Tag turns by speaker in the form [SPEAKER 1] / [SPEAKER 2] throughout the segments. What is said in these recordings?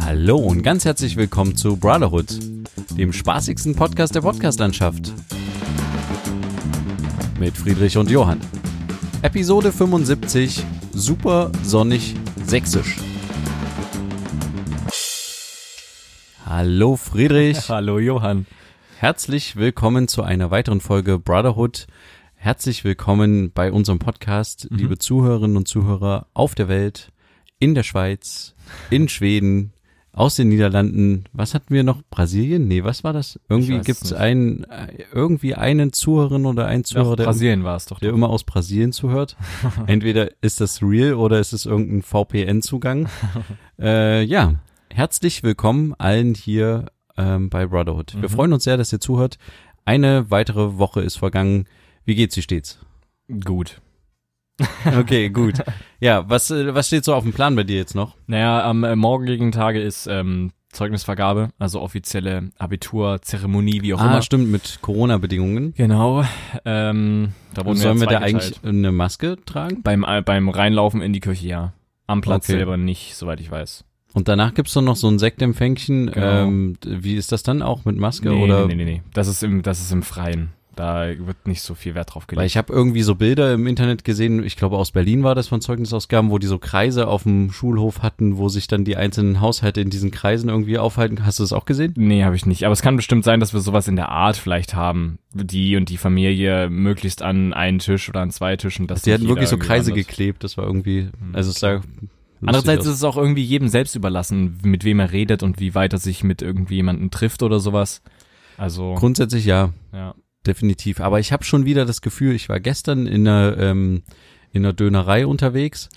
[SPEAKER 1] Hallo und ganz herzlich willkommen zu Brotherhood, dem spaßigsten Podcast der Podcastlandschaft. Mit Friedrich und Johann. Episode 75, super sonnig sächsisch. Hallo Friedrich,
[SPEAKER 2] Hallo Johann.
[SPEAKER 1] herzlich willkommen zu einer weiteren Folge Brotherhood. Herzlich willkommen bei unserem Podcast,
[SPEAKER 2] Mhm.
[SPEAKER 1] liebe Zuhörerinnen und Zuhörer auf der Welt, in der Schweiz, in Schweden, aus den Niederlanden. Was hatten wir noch? Brasilien? Nee, was war das? Irgendwie
[SPEAKER 2] weiß es
[SPEAKER 1] gibt's
[SPEAKER 2] nicht.
[SPEAKER 1] einen, äh, irgendwie einen Zuhörerin oder einen
[SPEAKER 2] Doch,
[SPEAKER 1] Zuhörer, der
[SPEAKER 2] Brasilien war es doch.
[SPEAKER 1] der immer aus Brasilien zuhört. Entweder ist das real oder ist es irgendein VPN-Zugang. äh, ja, herzlich willkommen allen hier ähm, bei Brotherhood.
[SPEAKER 2] Mhm.
[SPEAKER 1] Wir freuen uns sehr, dass ihr zuhört. Eine weitere Woche ist vergangen. Wie geht's, wie steht's?
[SPEAKER 2] Gut.
[SPEAKER 1] Okay, gut. Ja, was, äh, was steht so auf dem Plan bei dir jetzt noch?
[SPEAKER 2] Naja, am äh, morgigen Tage ist ähm, Zeugnisvergabe, also offizielle Abiturzeremonie, wie auch immer.
[SPEAKER 1] Ah, stimmt, mit Corona-Bedingungen.
[SPEAKER 2] Genau. Ähm, da wurden
[SPEAKER 1] Sollen wir da
[SPEAKER 2] zweigeteilt.
[SPEAKER 1] eigentlich eine Maske tragen?
[SPEAKER 2] beim äh, beim Reinlaufen in die Kirche ja. Am Platz
[SPEAKER 1] Okay.
[SPEAKER 2] selber nicht, soweit ich weiß.
[SPEAKER 1] Und danach gibt's doch noch so ein Sektempfängchen.
[SPEAKER 2] Genau.
[SPEAKER 1] Ähm, wie ist das dann auch mit Maske?
[SPEAKER 2] Nee,
[SPEAKER 1] oder
[SPEAKER 2] nee, nee, nee. Das ist im das ist im Freien. Da wird nicht so viel Wert drauf
[SPEAKER 1] Weil
[SPEAKER 2] gelegt.
[SPEAKER 1] ich habe irgendwie so Bilder im Internet gesehen, ich glaube aus Berlin war das von Zeugnisausgaben, wo die so Kreise auf dem Schulhof hatten, wo sich dann die einzelnen Haushalte in diesen Kreisen irgendwie aufhalten. Hast du das auch gesehen?
[SPEAKER 2] Nee, habe ich nicht. Aber es kann bestimmt sein, dass wir sowas in der Art vielleicht haben. Die und die Familie möglichst an einen Tisch oder an zwei Tischen. Dass
[SPEAKER 1] Die hatten
[SPEAKER 2] nicht jeder
[SPEAKER 1] wirklich so
[SPEAKER 2] irgendwie
[SPEAKER 1] Kreise
[SPEAKER 2] anders- Hm,
[SPEAKER 1] geklebt, das war irgendwie, also es sah
[SPEAKER 2] Andererseits
[SPEAKER 1] lustig
[SPEAKER 2] ist es auch irgendwie jedem selbst überlassen, mit wem er redet und wie weit er sich mit irgendwie jemanden trifft oder sowas. Also,
[SPEAKER 1] aus. grundsätzlich ja,
[SPEAKER 2] ja.
[SPEAKER 1] definitiv. Aber ich habe schon wieder das Gefühl, ich war gestern in einer, ähm, in einer Dönerei unterwegs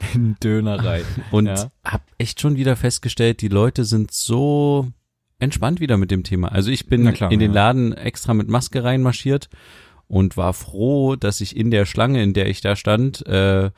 [SPEAKER 2] Dönerei.
[SPEAKER 1] und
[SPEAKER 2] Ja.
[SPEAKER 1] habe echt schon wieder festgestellt, die Leute sind so entspannt wieder mit dem Thema. Also ich bin
[SPEAKER 2] Na klar,
[SPEAKER 1] in den
[SPEAKER 2] ja.
[SPEAKER 1] Laden extra mit Maske reinmarschiert und war froh, dass ich in der Schlange, in der ich da stand, äh,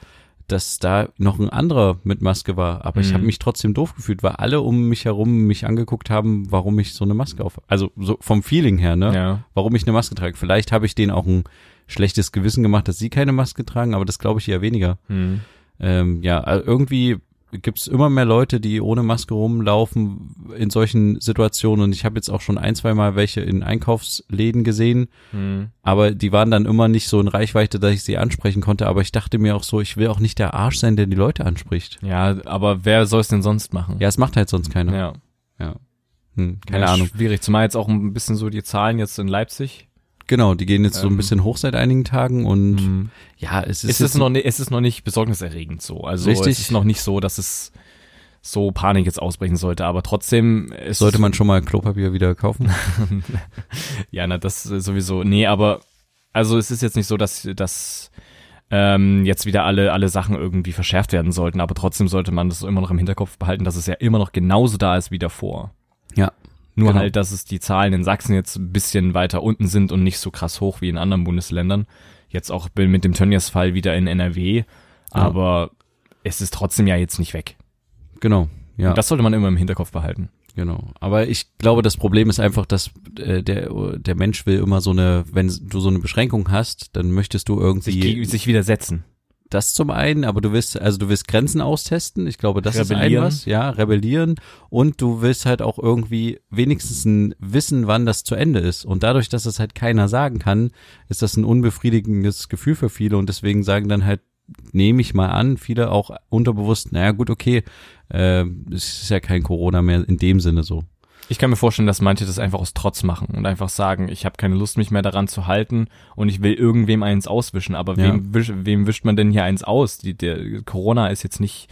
[SPEAKER 1] dass da noch ein anderer mit Maske war. Aber ich
[SPEAKER 2] Mhm.
[SPEAKER 1] habe mich trotzdem doof gefühlt, weil alle um mich herum mich angeguckt haben, warum ich so eine Maske auf. Also so vom Feeling her, ne?
[SPEAKER 2] ja.
[SPEAKER 1] Warum ich eine Maske trage. Vielleicht habe ich denen auch ein schlechtes Gewissen gemacht, dass sie keine Maske tragen, aber das glaube ich eher weniger.
[SPEAKER 2] Hm.
[SPEAKER 1] Ähm, ja, also irgendwie gibt's immer mehr Leute, die ohne Maske rumlaufen in solchen Situationen. Und ich habe jetzt auch schon ein, zwei Mal welche in Einkaufsläden gesehen,
[SPEAKER 2] Hm.
[SPEAKER 1] aber die waren dann immer nicht so in Reichweite, dass ich sie ansprechen konnte. Aber ich dachte mir auch so, ich will auch nicht der Arsch sein, der die Leute anspricht.
[SPEAKER 2] ja, aber wer soll es denn sonst machen?
[SPEAKER 1] Ja, es macht halt sonst keiner.
[SPEAKER 2] ja.
[SPEAKER 1] Hm, keine
[SPEAKER 2] Ja,
[SPEAKER 1] Ahnung.
[SPEAKER 2] Schwierig, zumal jetzt auch ein bisschen so die Zahlen jetzt in Leipzig.
[SPEAKER 1] Genau, die gehen jetzt so ein
[SPEAKER 2] Ähm.
[SPEAKER 1] bisschen hoch seit einigen Tagen und
[SPEAKER 2] Mhm.
[SPEAKER 1] ja, es Hm. ist,
[SPEAKER 2] Es ist,
[SPEAKER 1] jetzt-
[SPEAKER 2] noch, ni- es ist noch nicht besorgniserregend so. Also
[SPEAKER 1] Richtig.
[SPEAKER 2] es ist noch nicht so, dass es so Panik jetzt ausbrechen sollte, aber trotzdem es
[SPEAKER 1] sollte man schon mal Klopapier wieder kaufen.
[SPEAKER 2] Ja, na, das äh, sowieso. Nee, aber also es ist jetzt nicht so, dass, dass ähm, jetzt wieder alle, alle Sachen irgendwie verschärft werden sollten, aber trotzdem sollte man das immer noch im Hinterkopf behalten, dass es ja immer noch genauso da ist wie davor.
[SPEAKER 1] ja.
[SPEAKER 2] Nur
[SPEAKER 1] Genau.
[SPEAKER 2] halt, dass es die Zahlen in Sachsen jetzt ein bisschen weiter unten sind und nicht so krass hoch wie in anderen Bundesländern. Jetzt auch bin mit dem Tönnies-Fall wieder in NRW, aber es ist trotzdem ja jetzt nicht weg.
[SPEAKER 1] Genau. Ja.
[SPEAKER 2] Und das sollte man immer im Hinterkopf behalten.
[SPEAKER 1] Genau. Aber ich glaube, das Problem ist einfach, dass äh, der, der Mensch will immer so eine, wenn du so eine Beschränkung hast, dann möchtest du
[SPEAKER 2] Sich,
[SPEAKER 1] irgendwie
[SPEAKER 2] geg- sich widersetzen.
[SPEAKER 1] das zum einen, aber du willst, also du willst Grenzen austesten. Ich glaube, das ist ein
[SPEAKER 2] Rebellieren.
[SPEAKER 1] was, ja, rebellieren. Und du willst halt auch irgendwie wenigstens ein Wissen, wann das zu Ende ist. Und dadurch, dass das halt keiner sagen kann, ist das ein unbefriedigendes Gefühl für viele und deswegen sagen dann halt, nehme ich mal an, viele auch unterbewusst, naja gut, okay, äh, es ist ja kein Corona mehr in dem Sinne so.
[SPEAKER 2] Ich kann mir vorstellen, dass manche das einfach aus Trotz machen und einfach sagen, ich habe keine Lust, mich mehr daran zu halten und ich will irgendwem eins auswischen. Aber
[SPEAKER 1] Ja.
[SPEAKER 2] wem, wisch, wem wischt man denn hier eins aus? Die, der Corona ist jetzt nicht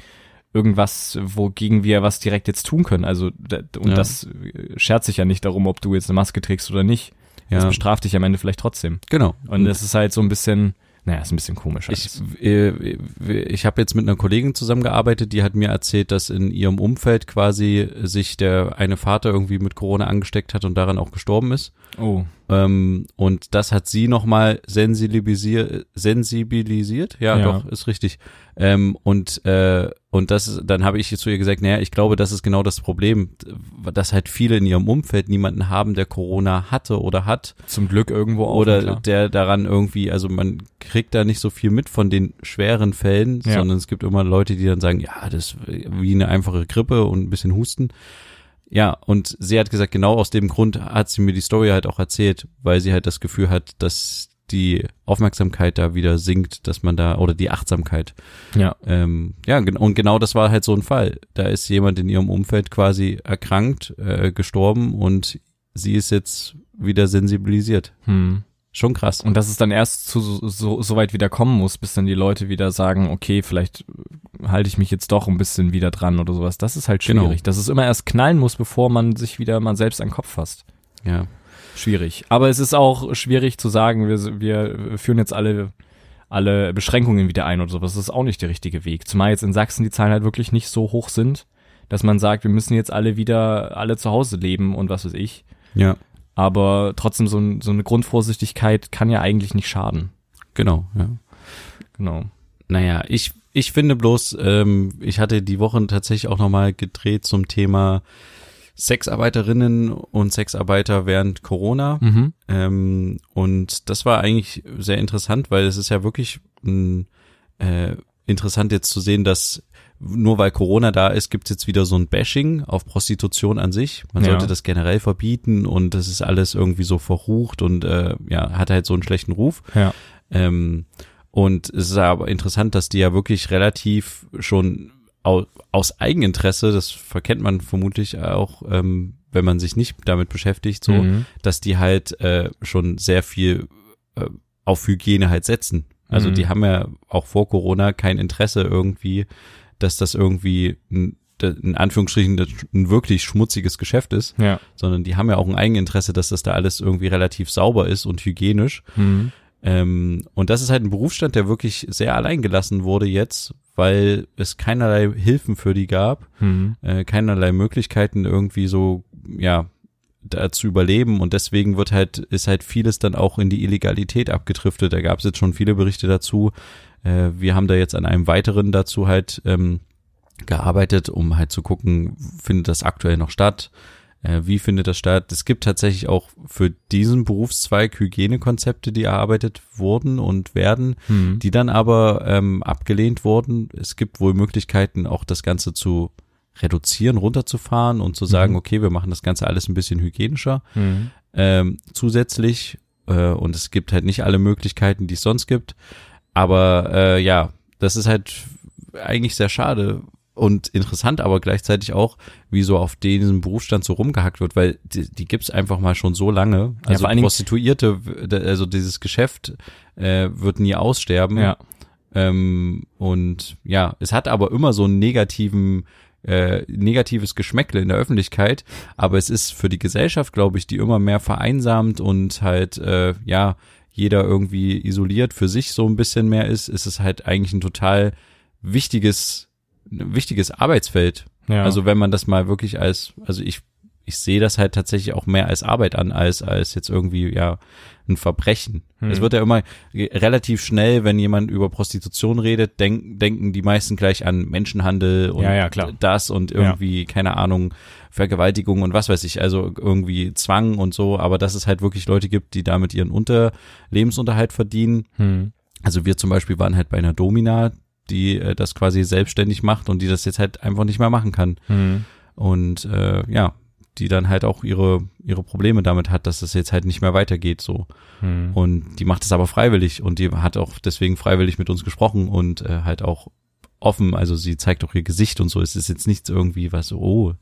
[SPEAKER 2] irgendwas, wogegen wir was direkt jetzt tun können. Also da- und
[SPEAKER 1] Ja.
[SPEAKER 2] das äh, schert sich ja nicht darum, ob du jetzt eine Maske trägst oder nicht. Das
[SPEAKER 1] Ja.
[SPEAKER 2] bestraft dich am Ende vielleicht trotzdem.
[SPEAKER 1] Genau.
[SPEAKER 2] Und das ist halt so ein bisschen, naja, ist ein bisschen komisch.
[SPEAKER 1] ich
[SPEAKER 2] alles.
[SPEAKER 1] äh, ich habe jetzt mit einer Kollegin zusammengearbeitet, die hat mir erzählt, dass in ihrem Umfeld quasi sich der eine Vater irgendwie mit Corona angesteckt hat und daran auch gestorben ist.
[SPEAKER 2] oh,
[SPEAKER 1] Ähm, und das hat sie nochmal sensibilisier sensibilisiert. Ja,
[SPEAKER 2] Ja.
[SPEAKER 1] doch, ist richtig. Ähm, und äh, und das ist, dann habe ich zu ihr gesagt, naja, ich glaube, das ist genau das Problem, dass halt viele in ihrem Umfeld niemanden haben, der Corona hatte oder hat
[SPEAKER 2] zum Glück irgendwo auch.
[SPEAKER 1] oder
[SPEAKER 2] klar.
[SPEAKER 1] der daran irgendwie, also man kriegt da nicht so viel mit von den schweren Fällen,
[SPEAKER 2] Ja.
[SPEAKER 1] sondern es gibt immer Leute, die dann sagen, ja, das ist wie eine einfache Grippe und ein bisschen Husten. Ja, und sie hat gesagt, genau aus dem Grund hat sie mir die Story halt auch erzählt, weil sie halt das Gefühl hat, dass die Aufmerksamkeit da wieder sinkt, dass man da, oder die Achtsamkeit.
[SPEAKER 2] Ja.
[SPEAKER 1] Ähm, ja, gen- und genau das war halt so ein Fall. Da ist jemand in ihrem Umfeld quasi erkrankt, äh, gestorben und sie ist jetzt wieder sensibilisiert.
[SPEAKER 2] Hm.
[SPEAKER 1] Schon krass.
[SPEAKER 2] Und dass es dann erst zu, so, so weit wieder kommen muss, bis dann die Leute wieder sagen, okay, vielleicht äh, halte ich mich jetzt doch ein bisschen wieder dran oder sowas. Das ist halt schwierig.
[SPEAKER 1] Genau.
[SPEAKER 2] Dass es immer erst knallen muss, bevor man sich wieder mal selbst an den Kopf fasst.
[SPEAKER 1] Ja.
[SPEAKER 2] Schwierig. Aber es ist auch schwierig zu sagen, wir, wir führen jetzt alle, alle Beschränkungen wieder ein oder sowas. Das ist auch nicht der richtige Weg. Zumal jetzt in Sachsen die Zahlen halt wirklich nicht so hoch sind, dass man sagt, wir müssen jetzt alle wieder, alle zu Hause leben und was weiß ich.
[SPEAKER 1] Ja,
[SPEAKER 2] Aber trotzdem so, ein, so eine Grundvorsichtigkeit kann ja eigentlich nicht schaden.
[SPEAKER 1] genau, ja.
[SPEAKER 2] Genau.
[SPEAKER 1] Naja, ich, ich finde bloß, ähm, ich hatte die Woche tatsächlich auch nochmal gedreht zum Thema Sexarbeiterinnen und Sexarbeiter während Corona.
[SPEAKER 2] Mhm.
[SPEAKER 1] Ähm, und das war eigentlich sehr interessant, weil es ist ja wirklich mh, äh, interessant jetzt zu sehen, dass nur weil Corona da ist, gibt's jetzt wieder so ein Bashing auf Prostitution an sich. Man
[SPEAKER 2] Ja.
[SPEAKER 1] sollte das generell verbieten und das ist alles irgendwie so verrucht und äh, ja, hat halt so einen schlechten Ruf.
[SPEAKER 2] Ja.
[SPEAKER 1] Ähm, und es ist aber interessant, dass die ja wirklich relativ schon au aus Eigeninteresse, das verkennt man vermutlich auch, ähm, wenn man sich nicht damit beschäftigt, so,
[SPEAKER 2] So.
[SPEAKER 1] dass die halt äh, schon sehr viel äh, auf Hygiene halt setzen. Also
[SPEAKER 2] Mhm.
[SPEAKER 1] die haben ja auch vor Corona kein Interesse irgendwie, dass das irgendwie ein, in Anführungsstrichen das ein wirklich schmutziges Geschäft ist,
[SPEAKER 2] Ja.
[SPEAKER 1] sondern die haben ja auch ein Eigeninteresse, dass das da alles irgendwie relativ sauber ist und hygienisch.
[SPEAKER 2] Mhm.
[SPEAKER 1] Ähm, und das ist halt ein Berufsstand, der wirklich sehr allein gelassen wurde jetzt, weil es keinerlei Hilfen für die gab,
[SPEAKER 2] Mhm.
[SPEAKER 1] äh, keinerlei Möglichkeiten irgendwie so, ja, da zu überleben und deswegen wird halt, ist halt vieles dann auch in die Illegalität abgedriftet. Da gab es jetzt schon viele Berichte dazu. Äh, wir haben da jetzt an einem weiteren dazu halt ähm, gearbeitet, um halt zu gucken, findet das aktuell noch statt? Äh, wie findet das statt? Es gibt tatsächlich auch für diesen Berufszweig Hygienekonzepte, die erarbeitet wurden und werden,
[SPEAKER 2] Mhm.
[SPEAKER 1] die dann aber ähm, abgelehnt wurden. Es gibt wohl Möglichkeiten, auch das Ganze zu reduzieren, runterzufahren und zu sagen,
[SPEAKER 2] Mhm.
[SPEAKER 1] okay, wir machen das Ganze alles ein bisschen hygienischer
[SPEAKER 2] Mhm.
[SPEAKER 1] ähm, zusätzlich äh, und es gibt halt nicht alle Möglichkeiten, die es sonst gibt. Aber äh, ja, das ist halt eigentlich sehr schade und interessant, aber gleichzeitig auch, wie so auf diesem Berufsstand so rumgehackt wird, weil die, die gibt's einfach mal schon so lange.
[SPEAKER 2] Ja,
[SPEAKER 1] Also
[SPEAKER 2] vor allen Dingen-
[SPEAKER 1] Prostituierte, w- d- also dieses Geschäft äh, wird nie aussterben.
[SPEAKER 2] Ja.
[SPEAKER 1] Ähm, und ja, es hat aber immer so einen negativen, äh, negatives Geschmäckle in der Öffentlichkeit. Aber es ist für die Gesellschaft, glaube ich, die immer mehr vereinsamt und halt, äh, ja, jeder irgendwie isoliert für sich so ein bisschen mehr ist, ist es halt eigentlich ein total wichtiges, ein wichtiges Arbeitsfeld.
[SPEAKER 2] Ja.
[SPEAKER 1] Also wenn man das mal wirklich als, also ich, ich sehe das halt tatsächlich auch mehr als Arbeit an, als, als jetzt irgendwie, ja, ein Verbrechen.
[SPEAKER 2] Hm.
[SPEAKER 1] Es wird ja immer re- relativ schnell, wenn jemand über Prostitution redet, denk, denken die meisten gleich an Menschenhandel und
[SPEAKER 2] Ja, ja, klar.
[SPEAKER 1] das und irgendwie, keine Ahnung, Vergewaltigung und was weiß ich, also irgendwie Zwang und so, aber dass es halt wirklich Leute gibt, die damit ihren Unter Lebensunterhalt verdienen
[SPEAKER 2] Mhm.
[SPEAKER 1] also wir zum Beispiel waren halt bei einer Domina, die äh, das quasi selbstständig macht und die das jetzt halt einfach nicht mehr machen kann.
[SPEAKER 2] Mhm.
[SPEAKER 1] Und äh, ja, die dann halt auch ihre, ihre Probleme damit hat, dass das jetzt halt nicht mehr weitergeht so.
[SPEAKER 2] Mhm.
[SPEAKER 1] Und die macht es aber freiwillig und die hat auch deswegen freiwillig mit uns gesprochen und äh, halt auch offen, also sie zeigt auch ihr Gesicht und so. Es ist jetzt nichts irgendwie, was so, oh.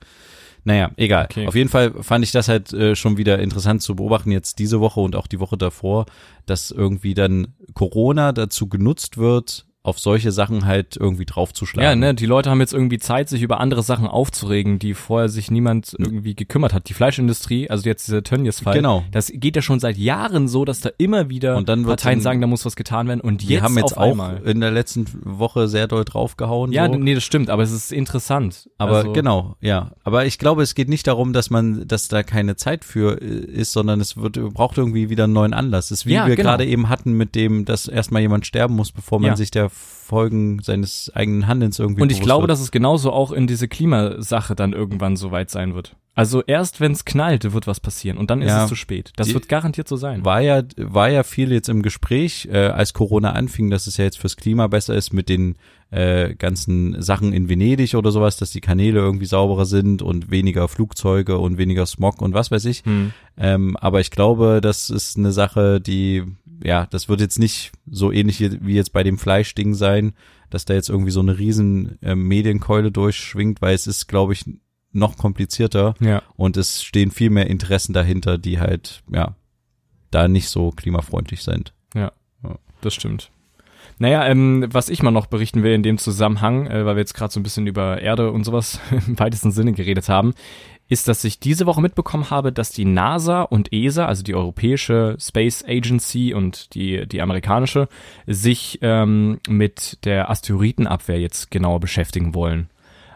[SPEAKER 1] Naja, egal.
[SPEAKER 2] Okay.
[SPEAKER 1] Auf jeden Fall fand ich das halt äh, schon wieder interessant zu beobachten, jetzt diese Woche und auch die Woche davor, dass irgendwie dann Corona dazu genutzt wird, auf solche Sachen halt irgendwie
[SPEAKER 2] Ja,
[SPEAKER 1] draufzuschlagen.
[SPEAKER 2] ne, die Leute haben jetzt irgendwie Zeit, sich über andere Sachen aufzuregen, die vorher sich niemand irgendwie gekümmert hat. Die Fleischindustrie, also jetzt dieser Tönnies-Fall.
[SPEAKER 1] Genau.
[SPEAKER 2] Das geht ja schon seit Jahren so, dass da immer wieder
[SPEAKER 1] Und dann wird's
[SPEAKER 2] Parteien
[SPEAKER 1] in-
[SPEAKER 2] sagen, da muss was getan werden. Und
[SPEAKER 1] Die
[SPEAKER 2] jetzt,
[SPEAKER 1] haben jetzt
[SPEAKER 2] auf
[SPEAKER 1] auch
[SPEAKER 2] einmal.
[SPEAKER 1] in der letzten Woche sehr doll draufgehauen.
[SPEAKER 2] Ja,
[SPEAKER 1] so.
[SPEAKER 2] nee, das stimmt, aber es ist interessant.
[SPEAKER 1] Aber
[SPEAKER 2] also,
[SPEAKER 1] genau, ja. Aber ich glaube, es geht nicht darum, dass man, dass da keine Zeit für äh, ist, sondern es wird, braucht irgendwie wieder einen neuen Anlass. Das ist wie
[SPEAKER 2] Ja,
[SPEAKER 1] wir
[SPEAKER 2] genau.
[SPEAKER 1] gerade eben hatten mit dem, dass erstmal jemand sterben muss, bevor man
[SPEAKER 2] Ja.
[SPEAKER 1] sich der Folgen seines eigenen Handelns irgendwie
[SPEAKER 2] Und ich
[SPEAKER 1] bewusst
[SPEAKER 2] glaube,
[SPEAKER 1] wird.
[SPEAKER 2] dass es genauso auch in diese Klimasache dann irgendwann so weit sein wird. Also erst wenn es knallt, wird was passieren und dann ist
[SPEAKER 1] Ja.
[SPEAKER 2] es zu spät. Das
[SPEAKER 1] Die-
[SPEAKER 2] wird garantiert so sein.
[SPEAKER 1] War ja, war ja viel jetzt im Gespräch, äh, als Corona anfing, dass es ja jetzt fürs Klima besser ist mit den äh, ganzen Sachen in Venedig oder sowas, dass die Kanäle irgendwie sauberer sind und weniger Flugzeuge und weniger Smog und was weiß ich.
[SPEAKER 2] Hm.
[SPEAKER 1] Ähm, aber ich glaube, das ist eine Sache, die, ja, das wird jetzt nicht so ähnlich wie jetzt bei dem Fleischding sein, dass da jetzt irgendwie so eine riesen äh, Medienkeule durchschwingt, weil es ist, glaube ich, noch komplizierter
[SPEAKER 2] Ja.
[SPEAKER 1] und es stehen viel mehr Interessen dahinter, die halt, ja, da nicht so klimafreundlich sind.
[SPEAKER 2] Das stimmt. Naja, ähm, was ich mal noch berichten will in dem Zusammenhang, äh, weil wir jetzt gerade so ein bisschen über Erde und sowas im weitesten Sinne geredet haben, ist, dass ich diese Woche mitbekommen habe, dass die NASA und ESA, also die Europäische Space Agency und die, die amerikanische, sich ähm, mit der Asteroidenabwehr jetzt genauer beschäftigen wollen.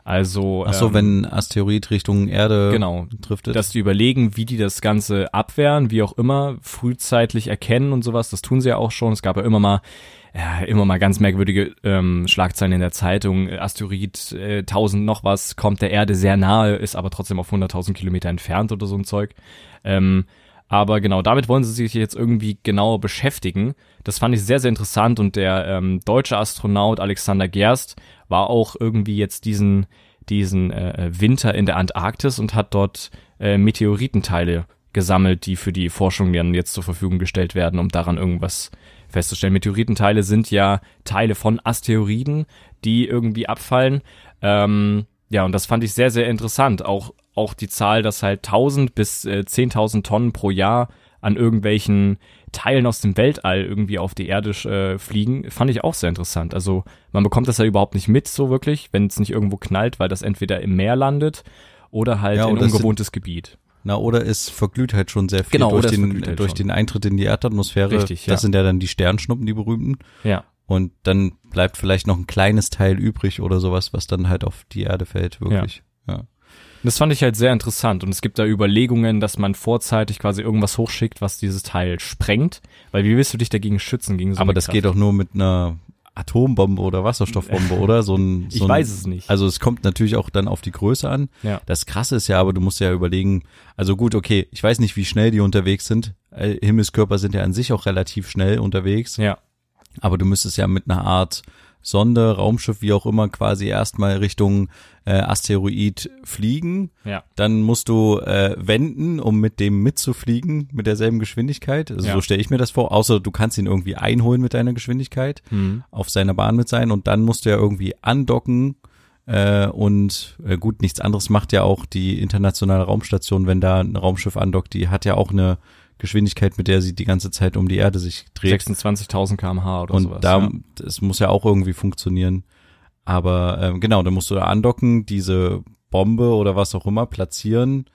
[SPEAKER 2] Also,
[SPEAKER 1] Ach so,
[SPEAKER 2] ähm,
[SPEAKER 1] wenn ein Asteroid Richtung Erde
[SPEAKER 2] genau,
[SPEAKER 1] trifft es.
[SPEAKER 2] dass die überlegen, wie die das Ganze abwehren, wie auch immer, frühzeitig erkennen und sowas. Das tun sie ja auch schon. Es gab ja immer mal, ja, immer mal ganz merkwürdige ähm, Schlagzeilen in der Zeitung. Äh, Asteroid äh, 1000 noch was, kommt der Erde sehr nahe, ist aber trotzdem auf 100.000 Kilometer entfernt oder so ein Zeug. Ähm, aber genau, damit wollen sie sich jetzt irgendwie genauer beschäftigen. Das fand ich sehr, sehr interessant und der ähm, deutsche Astronaut Alexander Gerst war auch irgendwie jetzt diesen, diesen äh, Winter in der Antarktis und hat dort äh, Meteoritenteile gesammelt, die für die Forschung dann jetzt zur Verfügung gestellt werden, um daran irgendwas festzustellen. Meteoritenteile sind ja Teile von Asteroiden, die irgendwie abfallen. Ähm, ja, und das fand ich sehr, sehr interessant. Auch, auch die Zahl, dass halt 1000 bis äh, 10.000 Tonnen pro Jahr an irgendwelchen Teilen aus dem Weltall irgendwie auf die Erde äh, fliegen, fand ich auch sehr interessant. Also man bekommt das ja überhaupt nicht mit, so wirklich, wenn es nicht irgendwo knallt, weil das entweder im Meer landet oder halt
[SPEAKER 1] Ja,
[SPEAKER 2] in
[SPEAKER 1] und das sind-
[SPEAKER 2] ungewohntes Gebiet.
[SPEAKER 1] Na, oder es verglüht halt schon sehr viel
[SPEAKER 2] Genau,
[SPEAKER 1] durch,
[SPEAKER 2] oder es
[SPEAKER 1] den,
[SPEAKER 2] verglüht halt
[SPEAKER 1] durch
[SPEAKER 2] schon.
[SPEAKER 1] den Eintritt in die Erdatmosphäre.
[SPEAKER 2] Richtig, ja.
[SPEAKER 1] Das sind ja dann die Sternschnuppen, die berühmten.
[SPEAKER 2] Ja.
[SPEAKER 1] Und dann bleibt vielleicht noch ein kleines Teil übrig oder sowas, was dann halt auf die Erde fällt, wirklich. Ja.
[SPEAKER 2] Das fand ich halt sehr interessant und es gibt da Überlegungen, dass man vorzeitig quasi irgendwas hochschickt, was dieses Teil sprengt, weil wie willst du dich dagegen schützen gegen so
[SPEAKER 1] Aber
[SPEAKER 2] eine
[SPEAKER 1] das
[SPEAKER 2] Kraft?
[SPEAKER 1] geht doch nur mit einer Atombombe oder Wasserstoffbombe, oder? So ein, so
[SPEAKER 2] Ich
[SPEAKER 1] ein,
[SPEAKER 2] weiß es nicht.
[SPEAKER 1] Also es kommt natürlich auch dann auf die Größe an.
[SPEAKER 2] Ja.
[SPEAKER 1] Das Krasse ist ja, aber du musst ja überlegen, also gut, okay, ich weiß nicht, wie schnell die unterwegs sind. Äh, Himmelskörper sind ja an sich auch relativ schnell unterwegs.
[SPEAKER 2] ja.
[SPEAKER 1] Aber du müsstest ja mit einer Art Sonde, Raumschiff, wie auch immer, quasi erstmal Richtung äh, Asteroid fliegen.
[SPEAKER 2] Ja.
[SPEAKER 1] Dann musst du äh, wenden, um mit dem mitzufliegen, mit derselben Geschwindigkeit. Also
[SPEAKER 2] Ja.
[SPEAKER 1] so stelle ich mir das vor. Außer du kannst ihn irgendwie einholen mit deiner Geschwindigkeit, auf seiner Bahn mit sein. Und dann musst du ja irgendwie andocken. Äh, und äh, gut, nichts anderes macht ja auch die internationale Raumstation, wenn da ein Raumschiff andockt. Die hat ja auch eine Geschwindigkeit, mit der sie die ganze Zeit um die Erde sich dreht.
[SPEAKER 2] 26.000 km/h oder
[SPEAKER 1] Und
[SPEAKER 2] sowas.
[SPEAKER 1] da,
[SPEAKER 2] ja.
[SPEAKER 1] es muss ja auch irgendwie funktionieren. Aber ähm, genau, dann musst du da andocken, diese Bombe oder was auch immer platzieren,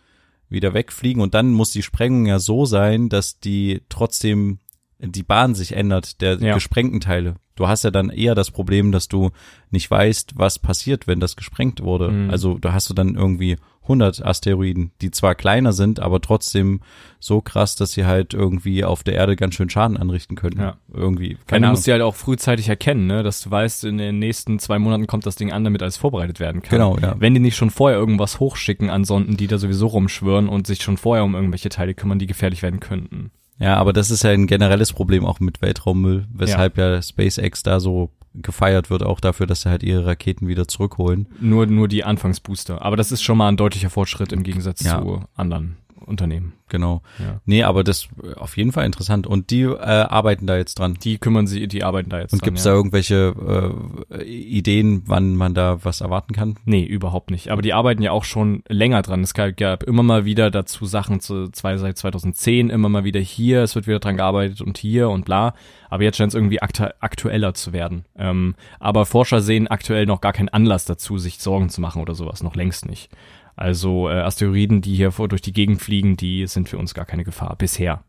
[SPEAKER 1] wieder wegfliegen und dann muss die Sprengung ja so sein, dass die trotzdem die Bahn sich ändert, der
[SPEAKER 2] Ja.
[SPEAKER 1] gesprengten Teile. Du hast ja dann eher das Problem, dass du nicht weißt, was passiert, wenn das gesprengt wurde.
[SPEAKER 2] Mhm.
[SPEAKER 1] Also da hast du dann irgendwie 100 Asteroiden, die zwar kleiner sind, aber trotzdem so krass, dass sie halt irgendwie auf der Erde ganz schön Schaden anrichten könnten.
[SPEAKER 2] Ja.
[SPEAKER 1] Irgendwie.
[SPEAKER 2] Weil
[SPEAKER 1] Keine
[SPEAKER 2] du
[SPEAKER 1] Ahnung.
[SPEAKER 2] musst sie halt auch frühzeitig erkennen, ne? dass du weißt, in den nächsten zwei Monaten kommt das Ding an, damit alles vorbereitet werden kann.
[SPEAKER 1] Genau, ja.
[SPEAKER 2] Wenn die nicht schon vorher irgendwas hochschicken an Sonden, die da sowieso rumschwören und sich schon vorher um irgendwelche Teile kümmern, die gefährlich werden könnten.
[SPEAKER 1] Ja, aber das ist ja ein generelles Problem auch mit Weltraummüll, weshalb ja, SpaceX da so gefeiert wird, auch dafür, dass sie halt ihre Raketen wieder zurückholen.
[SPEAKER 2] Nur, nur die Anfangsbooster. Aber das ist schon mal ein deutlicher Fortschritt im Gegensatz
[SPEAKER 1] Ja.
[SPEAKER 2] zu anderen Unternehmen.
[SPEAKER 1] Genau.
[SPEAKER 2] Ja.
[SPEAKER 1] Nee, aber das äh, auf jeden Fall interessant. Und die äh, arbeiten da jetzt dran.
[SPEAKER 2] Die kümmern sich, die arbeiten da jetzt
[SPEAKER 1] Und
[SPEAKER 2] dran.
[SPEAKER 1] gibt's
[SPEAKER 2] ja.
[SPEAKER 1] da irgendwelche äh, Ideen, wann man da was erwarten kann?
[SPEAKER 2] Nee, überhaupt nicht. Aber die arbeiten ja auch schon länger dran. Es gab, gab immer mal wieder dazu Sachen zu, zwei, seit 2010, immer mal wieder hier, es wird wieder dran gearbeitet und hier und bla. Aber jetzt scheint es irgendwie aktu aktueller zu werden. Ähm, aber Forscher sehen aktuell noch gar keinen Anlass dazu, sich Sorgen zu machen oder sowas, noch längst nicht. Also äh, Asteroiden, die hier vor, durch die Gegend fliegen, die sind für uns gar keine Gefahr bisher.